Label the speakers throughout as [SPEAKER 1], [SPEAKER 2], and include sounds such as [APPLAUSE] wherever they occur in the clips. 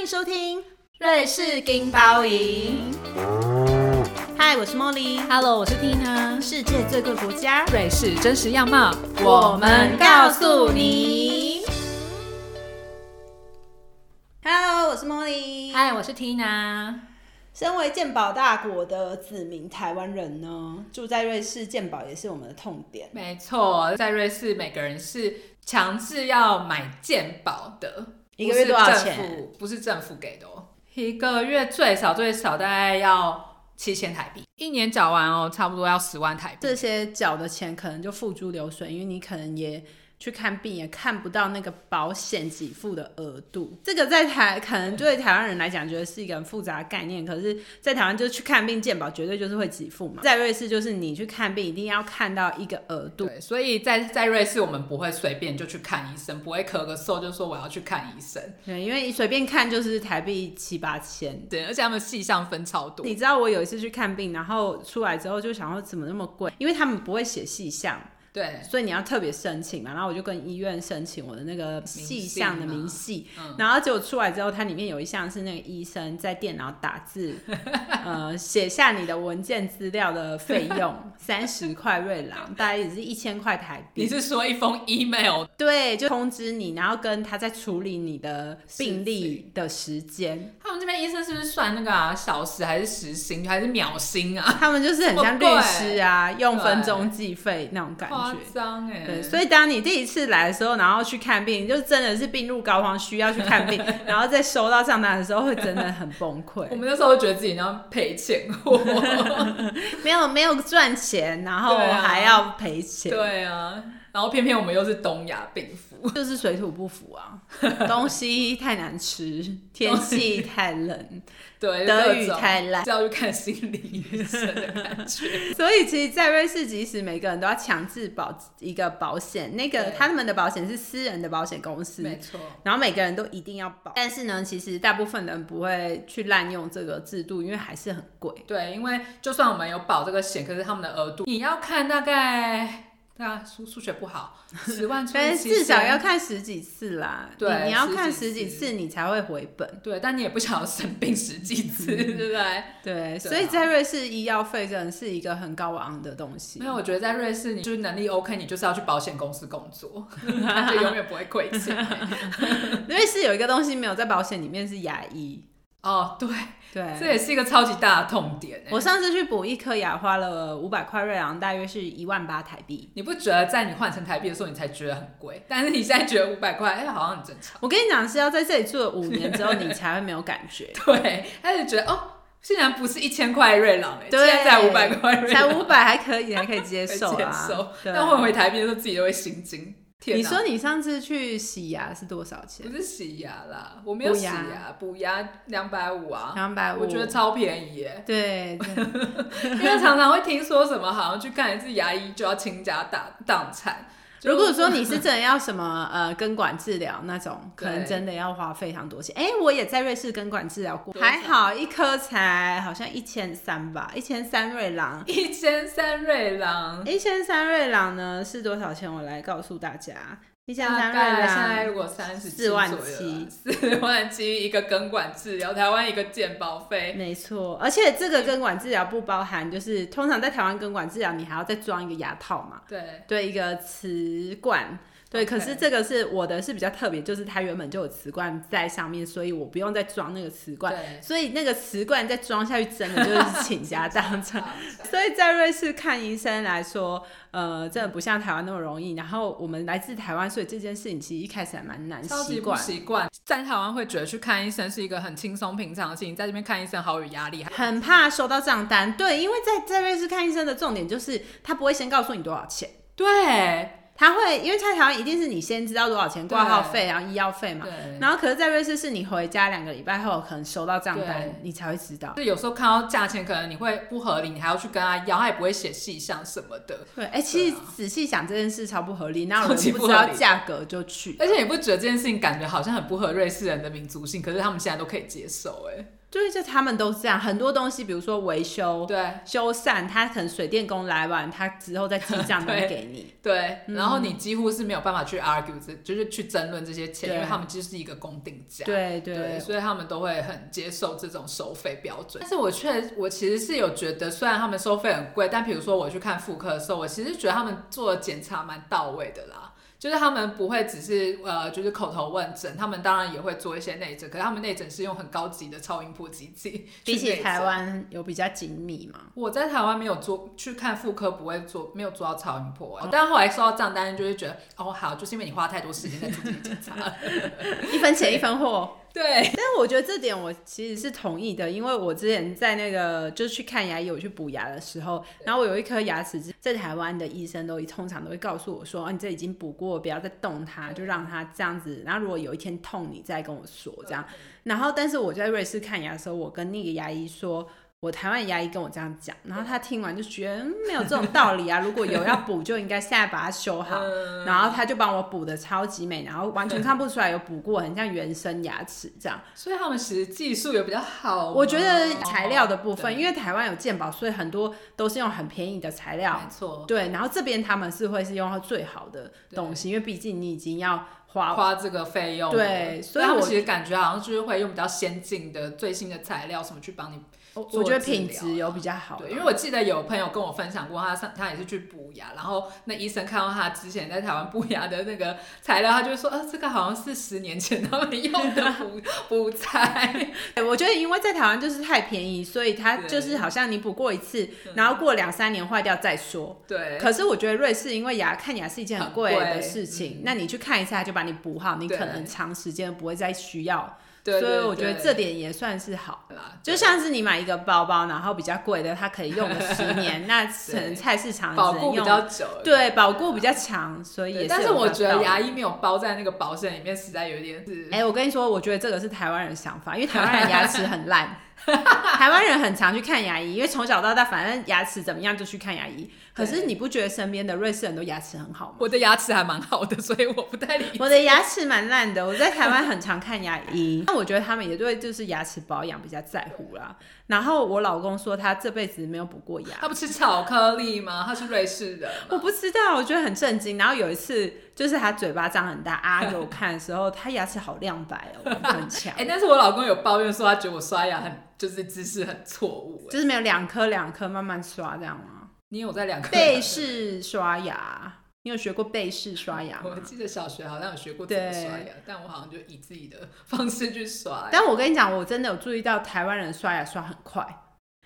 [SPEAKER 1] 迎收听《
[SPEAKER 2] 瑞士金包银
[SPEAKER 1] 嗨，我是茉莉》。
[SPEAKER 2] ，Hello，我是 Tina，
[SPEAKER 1] 世界最贵国家，
[SPEAKER 2] 瑞士真实样貌，
[SPEAKER 1] 我们告诉你。Hello，我是茉莉。
[SPEAKER 2] 嗨，我是 Tina，
[SPEAKER 1] 身为鉴宝大国的子民台湾人呢，住在瑞士鉴宝也是我们的痛点。
[SPEAKER 2] 没错，在瑞士每个人是强制要买健保的，
[SPEAKER 1] 一个月多少钱
[SPEAKER 2] 不是政府？不是政府给的哦，一个月最少最少大概要七千台币，一年缴完哦，差不多要十万台币。
[SPEAKER 1] 这些缴的钱可能就付诸流水，因为你可能也去看病也看不到那个保险给付的额度。这个在台可能对台湾人来讲，觉得是一个很复杂的概念，可是，在台湾就是去看病健保绝对就是会给付嘛，在瑞士就是你去看病一定要看到一个额度。
[SPEAKER 2] 对，所以在在瑞士，我们不会随便就去看医生，不会咳个嗽就说我要去看医生。
[SPEAKER 1] 对，因为随便看就是台币七八千，
[SPEAKER 2] 对，而且他们细项分超多。
[SPEAKER 1] 你知道我有一次去看病，然后出来之后就想说怎么那么贵，因为他们不会写细项，
[SPEAKER 2] 对，
[SPEAKER 1] 所以你要特别申请嘛。然后我就跟医院申请我的那个细项的明细，
[SPEAKER 2] 嗯
[SPEAKER 1] 然后结果出来之后，它里面有一项是那个医生在电脑打
[SPEAKER 2] [LAUGHS]
[SPEAKER 1] 字，呃，写下你的文件资料的费用 [LAUGHS] 三十块瑞郎，大概也是一千块台
[SPEAKER 2] 你
[SPEAKER 1] 币。
[SPEAKER 2] 是说一封 email？
[SPEAKER 1] 对，就通知你，然后跟他在处理你的病
[SPEAKER 2] 事
[SPEAKER 1] 历的时间，
[SPEAKER 2] 他们这边医生是不是算那个啊小时还是时薪还是秒薪啊？
[SPEAKER 1] 他们就是很像律
[SPEAKER 2] 这么贵
[SPEAKER 1] 师啊，用分
[SPEAKER 2] 对
[SPEAKER 1] 钟计费那种感
[SPEAKER 2] 夸
[SPEAKER 1] 觉。
[SPEAKER 2] 张哎！
[SPEAKER 1] 对，所以当你第一次来的时候，然后去看病，就真的是病入膏肓，需要去看
[SPEAKER 2] [LAUGHS]
[SPEAKER 1] 病，然后再收到账单的时候，会真的很崩溃
[SPEAKER 2] 我。们那时候觉得自己像赔钱货。
[SPEAKER 1] 没有没有赚钱，然后
[SPEAKER 2] 对啊
[SPEAKER 1] 还要赔钱，
[SPEAKER 2] 对啊，然后偏偏我们又是东亚病夫，
[SPEAKER 1] 就是水土不服啊，东西太难吃，天气太
[SPEAKER 2] [LAUGHS]
[SPEAKER 1] 冷，
[SPEAKER 2] 对，
[SPEAKER 1] 德语
[SPEAKER 2] 各种
[SPEAKER 1] 太烂
[SPEAKER 2] 是要去看心理医生的感觉。
[SPEAKER 1] 所以其实，在瑞士，即使每个人都要强制保一个保险，那个
[SPEAKER 2] 对
[SPEAKER 1] 他们的保险是私人的保险公司，
[SPEAKER 2] 没错，
[SPEAKER 1] 然后每个人都一定要保，但是呢，其实大部分人不会去滥用这个制度，因为还是很贵。
[SPEAKER 2] 对，因为就算我们有保这个险，可是他们的额度你要看大概。那数数学不好，十万除以
[SPEAKER 1] [LAUGHS] 但
[SPEAKER 2] 七
[SPEAKER 1] 至少
[SPEAKER 2] 千
[SPEAKER 1] 要看十几次啦，
[SPEAKER 2] 对
[SPEAKER 1] 你你要看
[SPEAKER 2] 十
[SPEAKER 1] 十
[SPEAKER 2] 几
[SPEAKER 1] 几
[SPEAKER 2] 次
[SPEAKER 1] 次你才会回本。
[SPEAKER 2] 对，但你也不想要生病十几次，对不对？
[SPEAKER 1] 对，
[SPEAKER 2] 啊
[SPEAKER 1] 所以在瑞士医药费真的是一个很高昂的东西
[SPEAKER 2] 没。有，我觉得在瑞士，你就是能力 OK，你就是要去保险公司工作， [LAUGHS] 他就永远不会亏钱 [LAUGHS] 欸。
[SPEAKER 1] 瑞士有一个东西没有在保险里面是牙医，
[SPEAKER 2] 哦，对，这
[SPEAKER 1] 对。
[SPEAKER 2] 也是一个超级大的痛点欸
[SPEAKER 1] 我上次去补一颗牙花了五百块瑞郎，大约是一万八台币。
[SPEAKER 2] 你不觉得在你换成台币的时候，你才觉得很贵，但是你现在觉得五百块，哎、好像很正常。。
[SPEAKER 1] 我跟你讲，是要在这里住了五年 [LAUGHS] 之后，你才会没有感 [LAUGHS] 觉
[SPEAKER 2] 对，他就觉得哦，竟然不是一千块瑞郎哎、欸，
[SPEAKER 1] 对
[SPEAKER 2] 现在才五百块瑞
[SPEAKER 1] 才
[SPEAKER 2] 郎，
[SPEAKER 1] 五百还可以，还可以啊 [LAUGHS] 接
[SPEAKER 2] 可以
[SPEAKER 1] 受
[SPEAKER 2] 接
[SPEAKER 1] 啦。
[SPEAKER 2] 受
[SPEAKER 1] 对啊
[SPEAKER 2] 但换回台币的时候，自己都会心惊。天
[SPEAKER 1] 你
[SPEAKER 2] 哪
[SPEAKER 1] 说你上次去洗牙是多少钱
[SPEAKER 2] 不？是洗牙啦，我没有
[SPEAKER 1] 补
[SPEAKER 2] 洗
[SPEAKER 1] 牙
[SPEAKER 2] 牙，补牙两百五啊，
[SPEAKER 1] 两百五。
[SPEAKER 2] 我觉得超便宜耶、欸 [LAUGHS]
[SPEAKER 1] 对，
[SPEAKER 2] 因为常常会听说什么，好像去看一次牙医就要倾家荡荡产。就
[SPEAKER 1] 如果说你是真的要什么呃根管治疗那种，可能
[SPEAKER 2] 对
[SPEAKER 1] 真的要花非常多钱。哎、我也在瑞士根管治疗过，
[SPEAKER 2] 多少
[SPEAKER 1] 还好一颗才好像一千三吧，一千三瑞郎。
[SPEAKER 2] 一千三瑞郎，
[SPEAKER 1] 一千三瑞郎呢是多少钱？我来告诉大家，一千
[SPEAKER 2] 大
[SPEAKER 1] 三
[SPEAKER 2] 概
[SPEAKER 1] 瑞
[SPEAKER 2] 现在
[SPEAKER 1] 郎
[SPEAKER 2] 如果三十
[SPEAKER 1] 四万
[SPEAKER 2] 七，四万七一个根管治疗，台湾一个健保费，
[SPEAKER 1] 没错，而且这个根管治疗不包含，就是通常在台湾根管治疗你还要再装一个牙套嘛，
[SPEAKER 2] 对，
[SPEAKER 1] 对，一个瓷冠。对
[SPEAKER 2] OK
[SPEAKER 1] 可是这个是我的是比较特别，就是它原本就有瓷冠在上面，所以我不用再装那个瓷冠。 [LAUGHS]
[SPEAKER 2] 对，
[SPEAKER 1] 所以那个瓷罐再装下去，真的就是倾家荡
[SPEAKER 2] [LAUGHS]
[SPEAKER 1] 产。
[SPEAKER 2] 好
[SPEAKER 1] 所以在瑞士看医生来说，呃，真的不像台湾那么容易。然后我们来自台湾，所以这件事情其实一开始还蛮难
[SPEAKER 2] 超
[SPEAKER 1] 习
[SPEAKER 2] 级不
[SPEAKER 1] 惯，
[SPEAKER 2] 习惯，在台湾会觉得去看医生是一个很轻松平常的事情，在这边看医生好有压力。
[SPEAKER 1] 很怕收到账单。对，因为在在瑞士看医生的重点就是他不会先告诉你多少钱，
[SPEAKER 2] 对
[SPEAKER 1] 他会因为在台湾一定是你先知道多少钱挂号
[SPEAKER 2] 对
[SPEAKER 1] 费，啊然后医药费嘛。
[SPEAKER 2] 对，
[SPEAKER 1] 然后可是，在瑞士是你回家两个礼拜后可能收到账
[SPEAKER 2] 对
[SPEAKER 1] 单，你才会知道。
[SPEAKER 2] 就有时候看到价钱可能你会不合理，你还要去跟他要，他也不会写细项什么的。
[SPEAKER 1] 对，哎、其实仔细想这件事超不合理，那有
[SPEAKER 2] 啊超级
[SPEAKER 1] 人
[SPEAKER 2] 不
[SPEAKER 1] 不知
[SPEAKER 2] 合
[SPEAKER 1] 道
[SPEAKER 2] 理的
[SPEAKER 1] 价格就去？
[SPEAKER 2] 而且你不觉得这件事情感觉好像很不合瑞士人的民族性，可是他们现在都可以接受哎、
[SPEAKER 1] 对，就他们都这样，很多东西，比如说维修、
[SPEAKER 2] 对
[SPEAKER 1] 修缮，他可能水电工来晚，他之后再
[SPEAKER 2] [LAUGHS]
[SPEAKER 1] 记账单
[SPEAKER 2] 对
[SPEAKER 1] 给你。
[SPEAKER 2] 对，然后你几乎是没有办法去 argue 这，就是去争论这些钱，
[SPEAKER 1] 对
[SPEAKER 2] 因为他们就是一个公定价。
[SPEAKER 1] 对
[SPEAKER 2] 对，
[SPEAKER 1] 对，
[SPEAKER 2] 所以他们都会很接受这种收费标准。但是我确我其实是有觉得，虽然他们收费很贵，但比如说我去看妇科的时候，我其实觉得他们做的检查蛮到位的啦。就是他们不会只是呃，就是口头问诊，他们当然也会做一些内诊，可是他们内诊是用很高级的超音波机器。
[SPEAKER 1] 比
[SPEAKER 2] 去
[SPEAKER 1] 起
[SPEAKER 2] 内诊
[SPEAKER 1] 台，湾有比较紧密
[SPEAKER 2] [LAUGHS]
[SPEAKER 1] 嘛？
[SPEAKER 2] 我在台湾没有做去看妇科，不会做，没有做到超音波、
[SPEAKER 1] 哦
[SPEAKER 2] 欸。但后来收到账单，就是觉得哦，好，就是因为你花太多时间在做这
[SPEAKER 1] [LAUGHS]
[SPEAKER 2] 些检查了。
[SPEAKER 1] 一分钱一分货。
[SPEAKER 2] 对，
[SPEAKER 1] 但我觉得这点我其实是同意的，因为我之前在那个就是去看牙医，我去补牙的时候，然后我有一颗牙齿是在台湾的医生都通常都会告诉我说，啊，你这已经补过，不要再动它，就让它这样子。然后如果有一天痛，你再跟我说这样。然后，但是我在瑞士看牙的时候，我跟那个牙医说。我台湾牙医跟我这样讲，然后他听完就觉得嗯没有这种道理啊！如果有要补，就应该现在把它修好。然后他就帮我补的超级美，然后完全看不出来有补过，很像原生牙齿这样。
[SPEAKER 2] 所以他们其实技术也比较好吗。
[SPEAKER 1] 我觉得材料的部
[SPEAKER 2] 哦对
[SPEAKER 1] 分，因为台湾有鉴宝，所以很多都是用很便宜的材料
[SPEAKER 2] 没。错，
[SPEAKER 1] 对，然后这边他们是会是用到最好的东西，因为毕竟你已经要花。
[SPEAKER 2] 花这个费用了，
[SPEAKER 1] 对所以
[SPEAKER 2] 他们
[SPEAKER 1] 我
[SPEAKER 2] 其实感觉好像就是会用比较先进的、最新的材料什么去帮你。
[SPEAKER 1] 我
[SPEAKER 2] 做
[SPEAKER 1] 我觉得
[SPEAKER 2] 治疗啊
[SPEAKER 1] 品质有比较好啦，
[SPEAKER 2] 对，因为我记得有朋友跟我分享过，他上他也是去补牙，然后那医生看到他之前在台湾补牙的那个材料，他就说，呃，这个好像是十年前他们用的
[SPEAKER 1] [LAUGHS]
[SPEAKER 2] 补 [LAUGHS] 补材。
[SPEAKER 1] 对我觉得因为在台湾就是太便宜，所以它
[SPEAKER 2] 对嗯
[SPEAKER 1] 就是好像你补过一次，然后过两三年坏掉再说。
[SPEAKER 2] 对，
[SPEAKER 1] 可是我觉得瑞士因为牙看牙是一件很
[SPEAKER 2] 很
[SPEAKER 1] 贵
[SPEAKER 2] 贵嗯
[SPEAKER 1] 的事情，那你去看一下就把你补好，你
[SPEAKER 2] 对
[SPEAKER 1] 可能长时间不会再需要，
[SPEAKER 2] 对，
[SPEAKER 1] 所以
[SPEAKER 2] 对
[SPEAKER 1] 我觉得这
[SPEAKER 2] 对
[SPEAKER 1] 点也算是好。
[SPEAKER 2] 啦，
[SPEAKER 1] 就像是你买一个包包，然后比较贵的，它可以用个十
[SPEAKER 2] [LAUGHS]
[SPEAKER 1] 年，那可能菜市场
[SPEAKER 2] 保
[SPEAKER 1] 只
[SPEAKER 2] 护
[SPEAKER 1] 能
[SPEAKER 2] 比
[SPEAKER 1] 用
[SPEAKER 2] 较久，
[SPEAKER 1] 对保固比较长，所以也
[SPEAKER 2] 对。
[SPEAKER 1] 是
[SPEAKER 2] 但是
[SPEAKER 1] 有
[SPEAKER 2] 我
[SPEAKER 1] 它
[SPEAKER 2] 觉
[SPEAKER 1] 道
[SPEAKER 2] 得
[SPEAKER 1] 理
[SPEAKER 2] 牙医没有包在那个保险里面，实在有点是。
[SPEAKER 1] 哎、我跟你说，我觉得这个是台湾人的想法，因为台湾人牙齿很烂，台湾人很常去看牙医，因为从小到大反正牙齿怎么样就去看牙医。可是你不觉得身边的瑞士人都牙齿很好吗？
[SPEAKER 2] 我的牙齿还蛮好的，所以我不太理解。
[SPEAKER 1] 我的牙齿蛮烂的，我在台湾很常看牙医，那我觉得他们也对就是牙齿保养比较在乎啦。然后我老公说他这辈子没有补过牙，
[SPEAKER 2] 他不吃巧克力吗？他是瑞士人吗
[SPEAKER 1] [LAUGHS] 我不知道，我觉得很震惊。然后有一次，就是他嘴巴张很大啊给我看的时候，他牙齿好亮白哦，我很强
[SPEAKER 2] [LAUGHS] 哎、，但是我老公有抱怨说，他觉得我刷牙很就是姿势很错误。哎，
[SPEAKER 1] 就是没有两颗两颗慢慢刷这样吗？
[SPEAKER 2] 你有在两个啊
[SPEAKER 1] 背？
[SPEAKER 2] [LAUGHS]
[SPEAKER 1] 式刷牙，你有学过背式刷牙
[SPEAKER 2] 我
[SPEAKER 1] 吗？
[SPEAKER 2] 记得小学好像有学过怎么
[SPEAKER 1] 啊对
[SPEAKER 2] 刷牙，但我好像就以自己的 [LAUGHS] 方式去刷、哎
[SPEAKER 1] 但我跟你讲，我真的有注意到台湾人刷牙刷很快，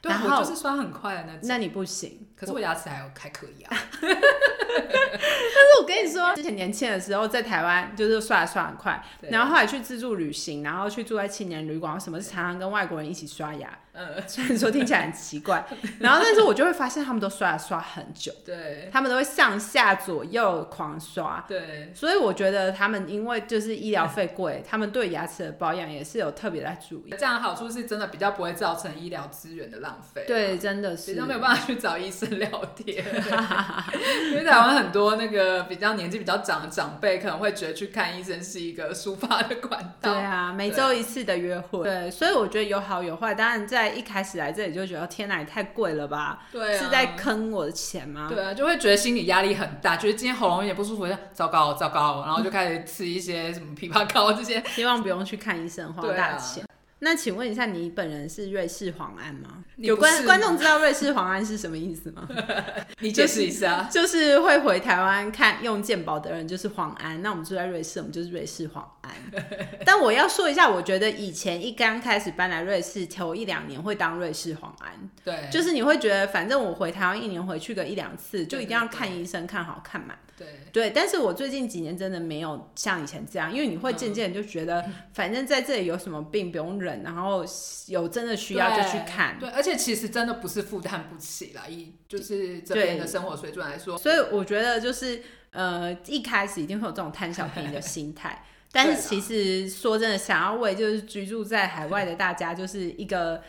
[SPEAKER 2] 对，
[SPEAKER 1] 然后
[SPEAKER 2] 我就是刷很快的那种。
[SPEAKER 1] 那你不行。 [LAUGHS]
[SPEAKER 2] 可是我牙齿还有还可以啊。
[SPEAKER 1] 但是我跟你说，之前年轻的时候在台湾就是刷牙刷很快，
[SPEAKER 2] 对
[SPEAKER 1] 啊然后后来去自助旅行，然后去住在青年旅馆，什么常常跟外国人一起刷牙，
[SPEAKER 2] 嗯，
[SPEAKER 1] [LAUGHS] 虽然说听起来很奇怪， [LAUGHS] 然后但是我就会发现他们都刷牙刷很久，
[SPEAKER 2] 对
[SPEAKER 1] 他们都会上下左右狂刷，
[SPEAKER 2] 对，
[SPEAKER 1] 所以我觉得他们因为就是医疗费贵，他们对牙齿的保养也是有特别在注意。
[SPEAKER 2] 这样好处是真的比较不会造成医疗资源的浪费。
[SPEAKER 1] 对，真的
[SPEAKER 2] 比
[SPEAKER 1] 是
[SPEAKER 2] 较没有办法去找医生聊
[SPEAKER 1] [LAUGHS]
[SPEAKER 2] 天， [LAUGHS] 因为台湾很多那个比较年纪比较长的长辈可能会觉得去看医生是一个抒发的管
[SPEAKER 1] 对
[SPEAKER 2] 道。
[SPEAKER 1] 啊，每周一次的约会，对，
[SPEAKER 2] 啊
[SPEAKER 1] 所以我觉得有好有坏。当然，在一开始来这里就觉得天哪，也太贵了吧？
[SPEAKER 2] 对啊
[SPEAKER 1] 是在坑我的钱吗？
[SPEAKER 2] 对啊，就会觉得心理压力很大，觉得今天喉咙有点不舒服，就糟糕糟糕，然后就开始吃一些什么枇杷膏
[SPEAKER 1] [LAUGHS]
[SPEAKER 2] 这些。
[SPEAKER 1] 希望不用去看医生，花
[SPEAKER 2] 对啊
[SPEAKER 1] 大钱。那请问一下，你本人是瑞士黄安吗？
[SPEAKER 2] 你
[SPEAKER 1] 有
[SPEAKER 2] 不
[SPEAKER 1] 观
[SPEAKER 2] 是
[SPEAKER 1] 观众知道瑞士黄安是什么意思吗？
[SPEAKER 2] 你解释一 [LAUGHS] 下，
[SPEAKER 1] 就是会回台湾看用健保的人就是黄安，那我们住在瑞士，我们就是瑞士黄安。 [LAUGHS] 但我要说一下，我觉得以前一刚开始搬来瑞士，头一两年会当瑞士黄安，
[SPEAKER 2] 对，
[SPEAKER 1] 就是是你会觉得反正我回台湾一年回去个一两次，就
[SPEAKER 2] 对
[SPEAKER 1] 一定要
[SPEAKER 2] 对对
[SPEAKER 1] 看医生看好看满。
[SPEAKER 2] 对
[SPEAKER 1] 对，但是我最近几年真的没有像以前这样，因为你会渐渐就觉得，
[SPEAKER 2] 嗯
[SPEAKER 1] 反正在这里有什么病不用忍，然后有真的需要就去看。
[SPEAKER 2] 对，而且其实真的不是负担不起啦，以就是这边的生活水准来说，
[SPEAKER 1] 所以我觉得就是呃，一开始一定会有这种贪小便宜的心
[SPEAKER 2] [LAUGHS]
[SPEAKER 1] 态，但是其实说真的，想要为就是居住在海外的大家，就是一个。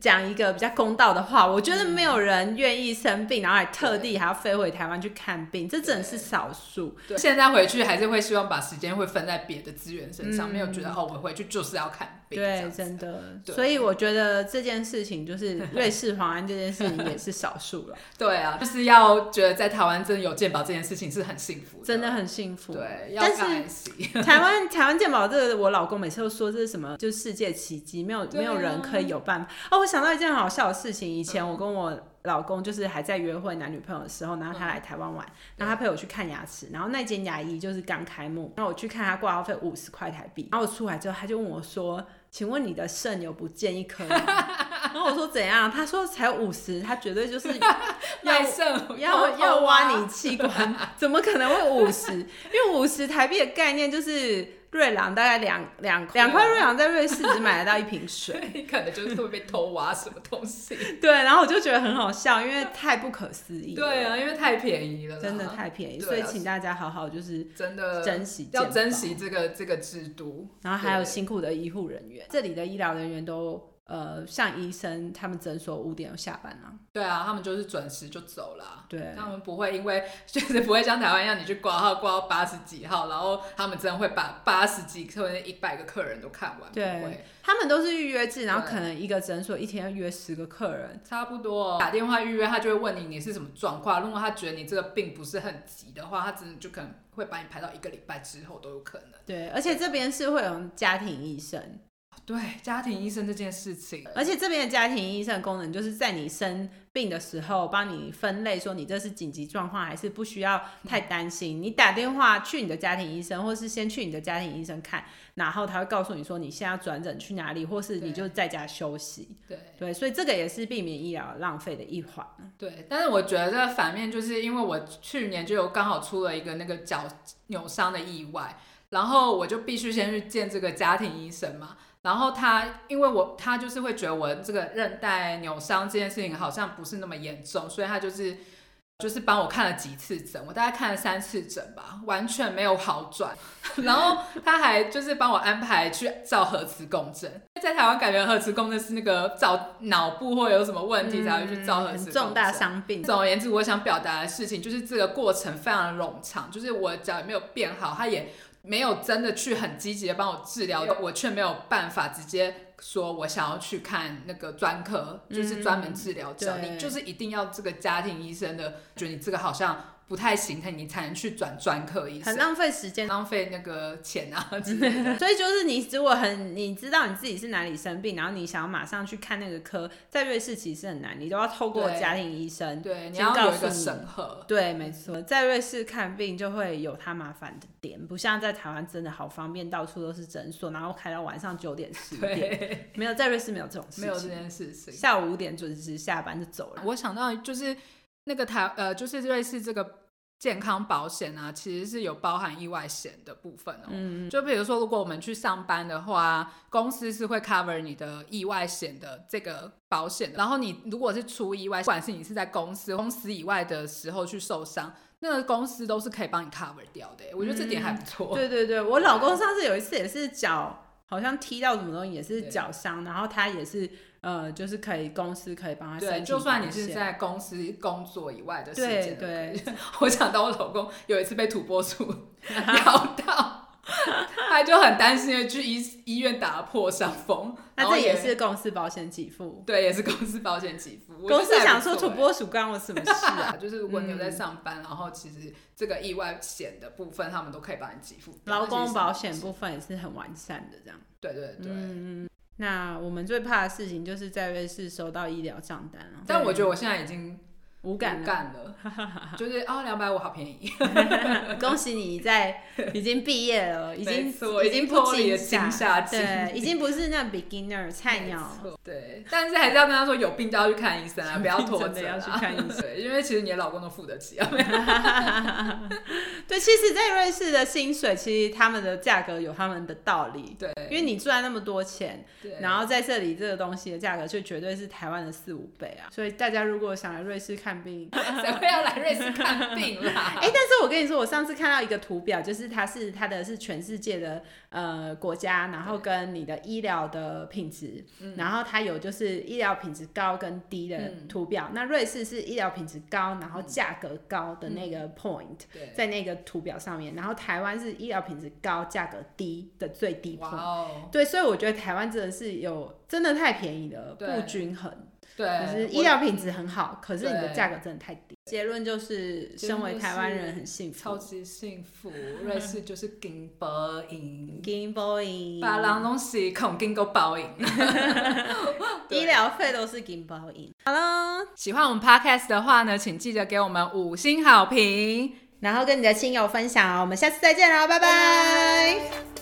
[SPEAKER 1] 讲一个比较公道的话，我觉得没
[SPEAKER 2] 嗯
[SPEAKER 1] 有人愿意生病，然后还特地还要飞回台湾去看病，这真的是少数。
[SPEAKER 2] 对，现在回去还是会希望把时间会分在别的资源身上，没有觉得哦，我回去就是要看病这样
[SPEAKER 1] 嗯对，
[SPEAKER 2] 子。
[SPEAKER 1] 真的，
[SPEAKER 2] 对
[SPEAKER 1] 所以我觉得这件事情就是瑞士黄安这件事情也是少数了，
[SPEAKER 2] [LAUGHS] 对啊，就是要觉得在台湾真的有健保这件事情是很幸福的，
[SPEAKER 1] 真的很幸福。
[SPEAKER 2] 对，要
[SPEAKER 1] 但是
[SPEAKER 2] 感 [LAUGHS] 惜。
[SPEAKER 1] 台湾台湾健保这个，我老公每次都说这是什么，就是世界奇迹，没有、
[SPEAKER 2] 对啊
[SPEAKER 1] 没有人可以有办法。哦，我想到一件很好笑的事情，以前我跟我老公就是还在约会男女朋友的时候，然后他来台湾玩，然后他陪我去看牙齿，然后那间牙医就是刚开幕，然后我去看他挂号费五十块台币，然后我出来之后他就问我说。请问你的肾有不见一颗吗？然后我说怎样？他说才五十，他绝对就是要 [LAUGHS]
[SPEAKER 2] 卖肾
[SPEAKER 1] 要要挖你，器官，怎么可能会五十？因为五十台币的概念就是瑞郎大概两两两块啊瑞郎在瑞士只买得到一瓶水。
[SPEAKER 2] 你可能就是会被偷挖什么东西。
[SPEAKER 1] [LAUGHS] 对，然后我就觉得很好笑，因为太不可思议。
[SPEAKER 2] [LAUGHS] 对，啊，因为太便宜了啦，
[SPEAKER 1] 真的太便宜，
[SPEAKER 2] 对啊
[SPEAKER 1] 所以请大家好好就是
[SPEAKER 2] 真的
[SPEAKER 1] 呃珍惜，
[SPEAKER 2] 要珍惜。这个这个制度。
[SPEAKER 1] 然后还有
[SPEAKER 2] 对
[SPEAKER 1] 辛苦的医护人员，这里的医疗人员都呃，像医生他们诊所五点就下班了。
[SPEAKER 2] 对啊，他们就是准时就走啦。
[SPEAKER 1] 对，
[SPEAKER 2] 他们不会因为 [LAUGHS] 就是不会像台湾一样，你去挂号挂到八十几号，然后他们真的会把八十几或者一百个客人都看完，不
[SPEAKER 1] 对
[SPEAKER 2] 会，，
[SPEAKER 1] 他们都是预约制，然后
[SPEAKER 2] 对
[SPEAKER 1] 可能一个诊所一天要约十个客人，
[SPEAKER 2] 差不多打电话预约，他就会问你你是什么状况。如果他觉得你这个病不是很急的话，他真的就可能会把你排到一个礼拜之后都有可能。
[SPEAKER 1] 对，而且这边是会有家庭医生，
[SPEAKER 2] 对，家庭医生这件事情，
[SPEAKER 1] 而且这边的家庭医生的功能就是在你生病的时候帮你分类，说你这是紧急状况还是不需要太担心。你打电话去你的家庭医生，或是先去你的家庭医生看，然后他会告诉你说你现在要转诊去哪里，或是你就在家休息。
[SPEAKER 2] 对。
[SPEAKER 1] 对，所以这个也是避免医疗浪费的一环。
[SPEAKER 2] 对，但是我觉得这个反面就是因为我去年就有刚好出了一个那个脚扭伤的意外，然后我就必须先去见这个家庭医生嘛。然后他，因为我他就是会觉得我这个韧带扭伤这件事情好像不是那么严重，所以他就是就是帮我看了几次诊，我大概看了三次诊吧，完全没有好转。 [LAUGHS] 然后他还就是帮我安排去照核磁共振，在台湾感觉核磁共振是那个照脑部或有什么问题才会去照核
[SPEAKER 1] 嗯很
[SPEAKER 2] 磁共振，
[SPEAKER 1] 重大伤病，
[SPEAKER 2] 总而言之，我想表达的事情就是这个过程非常的冗长，就是我脚也没有变好，他也没有真的去很积极的帮我治疗，我却没有办法直接说我想要去看那个专科，就是专门治疗脚，
[SPEAKER 1] 嗯对
[SPEAKER 2] 你就是一定要这个家庭医生的，觉得你这个好像不太行，你才能去转专科医
[SPEAKER 1] 很
[SPEAKER 2] 生，
[SPEAKER 1] 浪费时间。
[SPEAKER 2] 浪费那个
[SPEAKER 1] [LAUGHS]
[SPEAKER 2] 钱啊之类的。
[SPEAKER 1] 所以就是你如果很你知道你自己是哪里生病，然后你想要马上去看那个科，在瑞士其实很难，你都要透过
[SPEAKER 2] 对
[SPEAKER 1] 家庭医生。
[SPEAKER 2] 对，你
[SPEAKER 1] 先
[SPEAKER 2] 要
[SPEAKER 1] 告
[SPEAKER 2] 有一
[SPEAKER 1] 诉
[SPEAKER 2] 个
[SPEAKER 1] 你
[SPEAKER 2] 审核。
[SPEAKER 1] 对，没错，在瑞士看病就会有它麻烦的点，不像在台湾真的好方便，到处都是诊所，然后开到晚上九点十点，
[SPEAKER 2] 对，
[SPEAKER 1] 没有在瑞士没有这种事
[SPEAKER 2] 没有这
[SPEAKER 1] 情，
[SPEAKER 2] 件事情。
[SPEAKER 1] 下午五点准时下班就走了。
[SPEAKER 2] 我想到就是那个台呃，就是瑞士这个健康保险啊，其实是有包含意外险的部分哦。
[SPEAKER 1] 嗯，
[SPEAKER 2] 就比如说，如果我们去上班的话，公司是会 cover 你的意外险的这个保险的。然后你如果是出意外，不管是你是在公司、公司以外的时候去受伤，那个公司都是可以帮你 cover 掉的耶。欸我觉得这点还不错。
[SPEAKER 1] 对对对，我老公上次有一次也是脚。好像踢到什么东西也是
[SPEAKER 2] 对
[SPEAKER 1] 脚伤，然后他也是呃，就是可以公司可以帮他申
[SPEAKER 2] 对，
[SPEAKER 1] 请
[SPEAKER 2] 就算
[SPEAKER 1] 保
[SPEAKER 2] 你是
[SPEAKER 1] 险
[SPEAKER 2] 在公司工作以外的时
[SPEAKER 1] 对
[SPEAKER 2] 间， [LAUGHS]
[SPEAKER 1] 对，
[SPEAKER 2] 我想到我老公有一次被土拨鼠 [LAUGHS] 咬到，他就很担心的去医医院打破伤风，
[SPEAKER 1] 那
[SPEAKER 2] 然后
[SPEAKER 1] 这也是公司保险给付。
[SPEAKER 2] 对，也是公司保险给付。我觉
[SPEAKER 1] 公
[SPEAKER 2] 得
[SPEAKER 1] 司
[SPEAKER 2] 还
[SPEAKER 1] 想
[SPEAKER 2] 不
[SPEAKER 1] 说
[SPEAKER 2] 错
[SPEAKER 1] 土拨鼠关我
[SPEAKER 2] [LAUGHS]
[SPEAKER 1] 什么事
[SPEAKER 2] 欸
[SPEAKER 1] 啊？
[SPEAKER 2] 啊，就是如果你有在上班，然后其实这个意外险的部分，他们都可以帮你给付。
[SPEAKER 1] 劳工保险
[SPEAKER 2] 不？
[SPEAKER 1] 部嗯分也是很完善的，这样。
[SPEAKER 2] 对对对。
[SPEAKER 1] 那我们最怕的事情就是在瑞士收到医疗账单啊，
[SPEAKER 2] 但我觉
[SPEAKER 1] 得
[SPEAKER 2] 得我现在已经
[SPEAKER 1] 无
[SPEAKER 2] 不
[SPEAKER 1] 感啊了。
[SPEAKER 2] 干了，就是哦，两百五好便宜，
[SPEAKER 1] [LAUGHS] 恭喜你在已经毕业了，已经
[SPEAKER 2] 没错
[SPEAKER 1] 已
[SPEAKER 2] 已
[SPEAKER 1] 经
[SPEAKER 2] 经
[SPEAKER 1] 不
[SPEAKER 2] 脱离了惊吓期
[SPEAKER 1] 对，已经不是那 beginner 菜鸟。
[SPEAKER 2] 没错对，但是还是要跟他说，有病就要去看医生
[SPEAKER 1] [LAUGHS]
[SPEAKER 2] 啊，不要拖着、啊，
[SPEAKER 1] 真的要去看医生
[SPEAKER 2] [LAUGHS] 对，因为其实你的老公都付得起啊，
[SPEAKER 1] 对，其实，在瑞士的薪水，其实他们的价格有他们的道理， [LAUGHS]
[SPEAKER 2] 对，
[SPEAKER 1] 因为你赚那么多钱，
[SPEAKER 2] 对，
[SPEAKER 1] 然后在这里这个东西的价格就绝对是台湾的四五倍啊，所以大家如果想来瑞士看看
[SPEAKER 2] [LAUGHS]
[SPEAKER 1] 病。
[SPEAKER 2] 谁会要来瑞士看病啦？
[SPEAKER 1] [LAUGHS] 哎、但是我跟你说，我上次看到一个图表，就是它是它的是全世界的呃国家，然后跟你的医疗的品质，
[SPEAKER 2] 嗯
[SPEAKER 1] 然后它有就是医疗品质高跟低的图表。那瑞士是医疗品质高，然后价格高的那个 point、
[SPEAKER 2] 嗯对，
[SPEAKER 1] 在那个图表上面，然后台湾是医疗品质高、价格低的最低
[SPEAKER 2] 哇
[SPEAKER 1] point。
[SPEAKER 2] 哦，
[SPEAKER 1] 对，所以我觉得台湾真的是有真的太便宜了，
[SPEAKER 2] 对
[SPEAKER 1] 不均衡。
[SPEAKER 2] 对，
[SPEAKER 1] 就是医
[SPEAKER 2] 我
[SPEAKER 1] 疗品质很好，可是你的
[SPEAKER 2] 对
[SPEAKER 1] 价格真的太低。结论就是，身为台湾人很幸
[SPEAKER 2] 超
[SPEAKER 1] 福。
[SPEAKER 2] 级
[SPEAKER 1] [LAUGHS]
[SPEAKER 2] 幸福，瑞士就是金包银，
[SPEAKER 1] Game Boy，
[SPEAKER 2] 把人拢是恐金狗包赢。对
[SPEAKER 1] 医疗费都是 Game Boy。好了，
[SPEAKER 2] [LAUGHS] 喜欢我们 podcast 的话呢，请记得给我们五星好
[SPEAKER 1] 哦
[SPEAKER 2] 评。
[SPEAKER 1] 然后跟你的亲友分享哦，我们下次再见喽，拜拜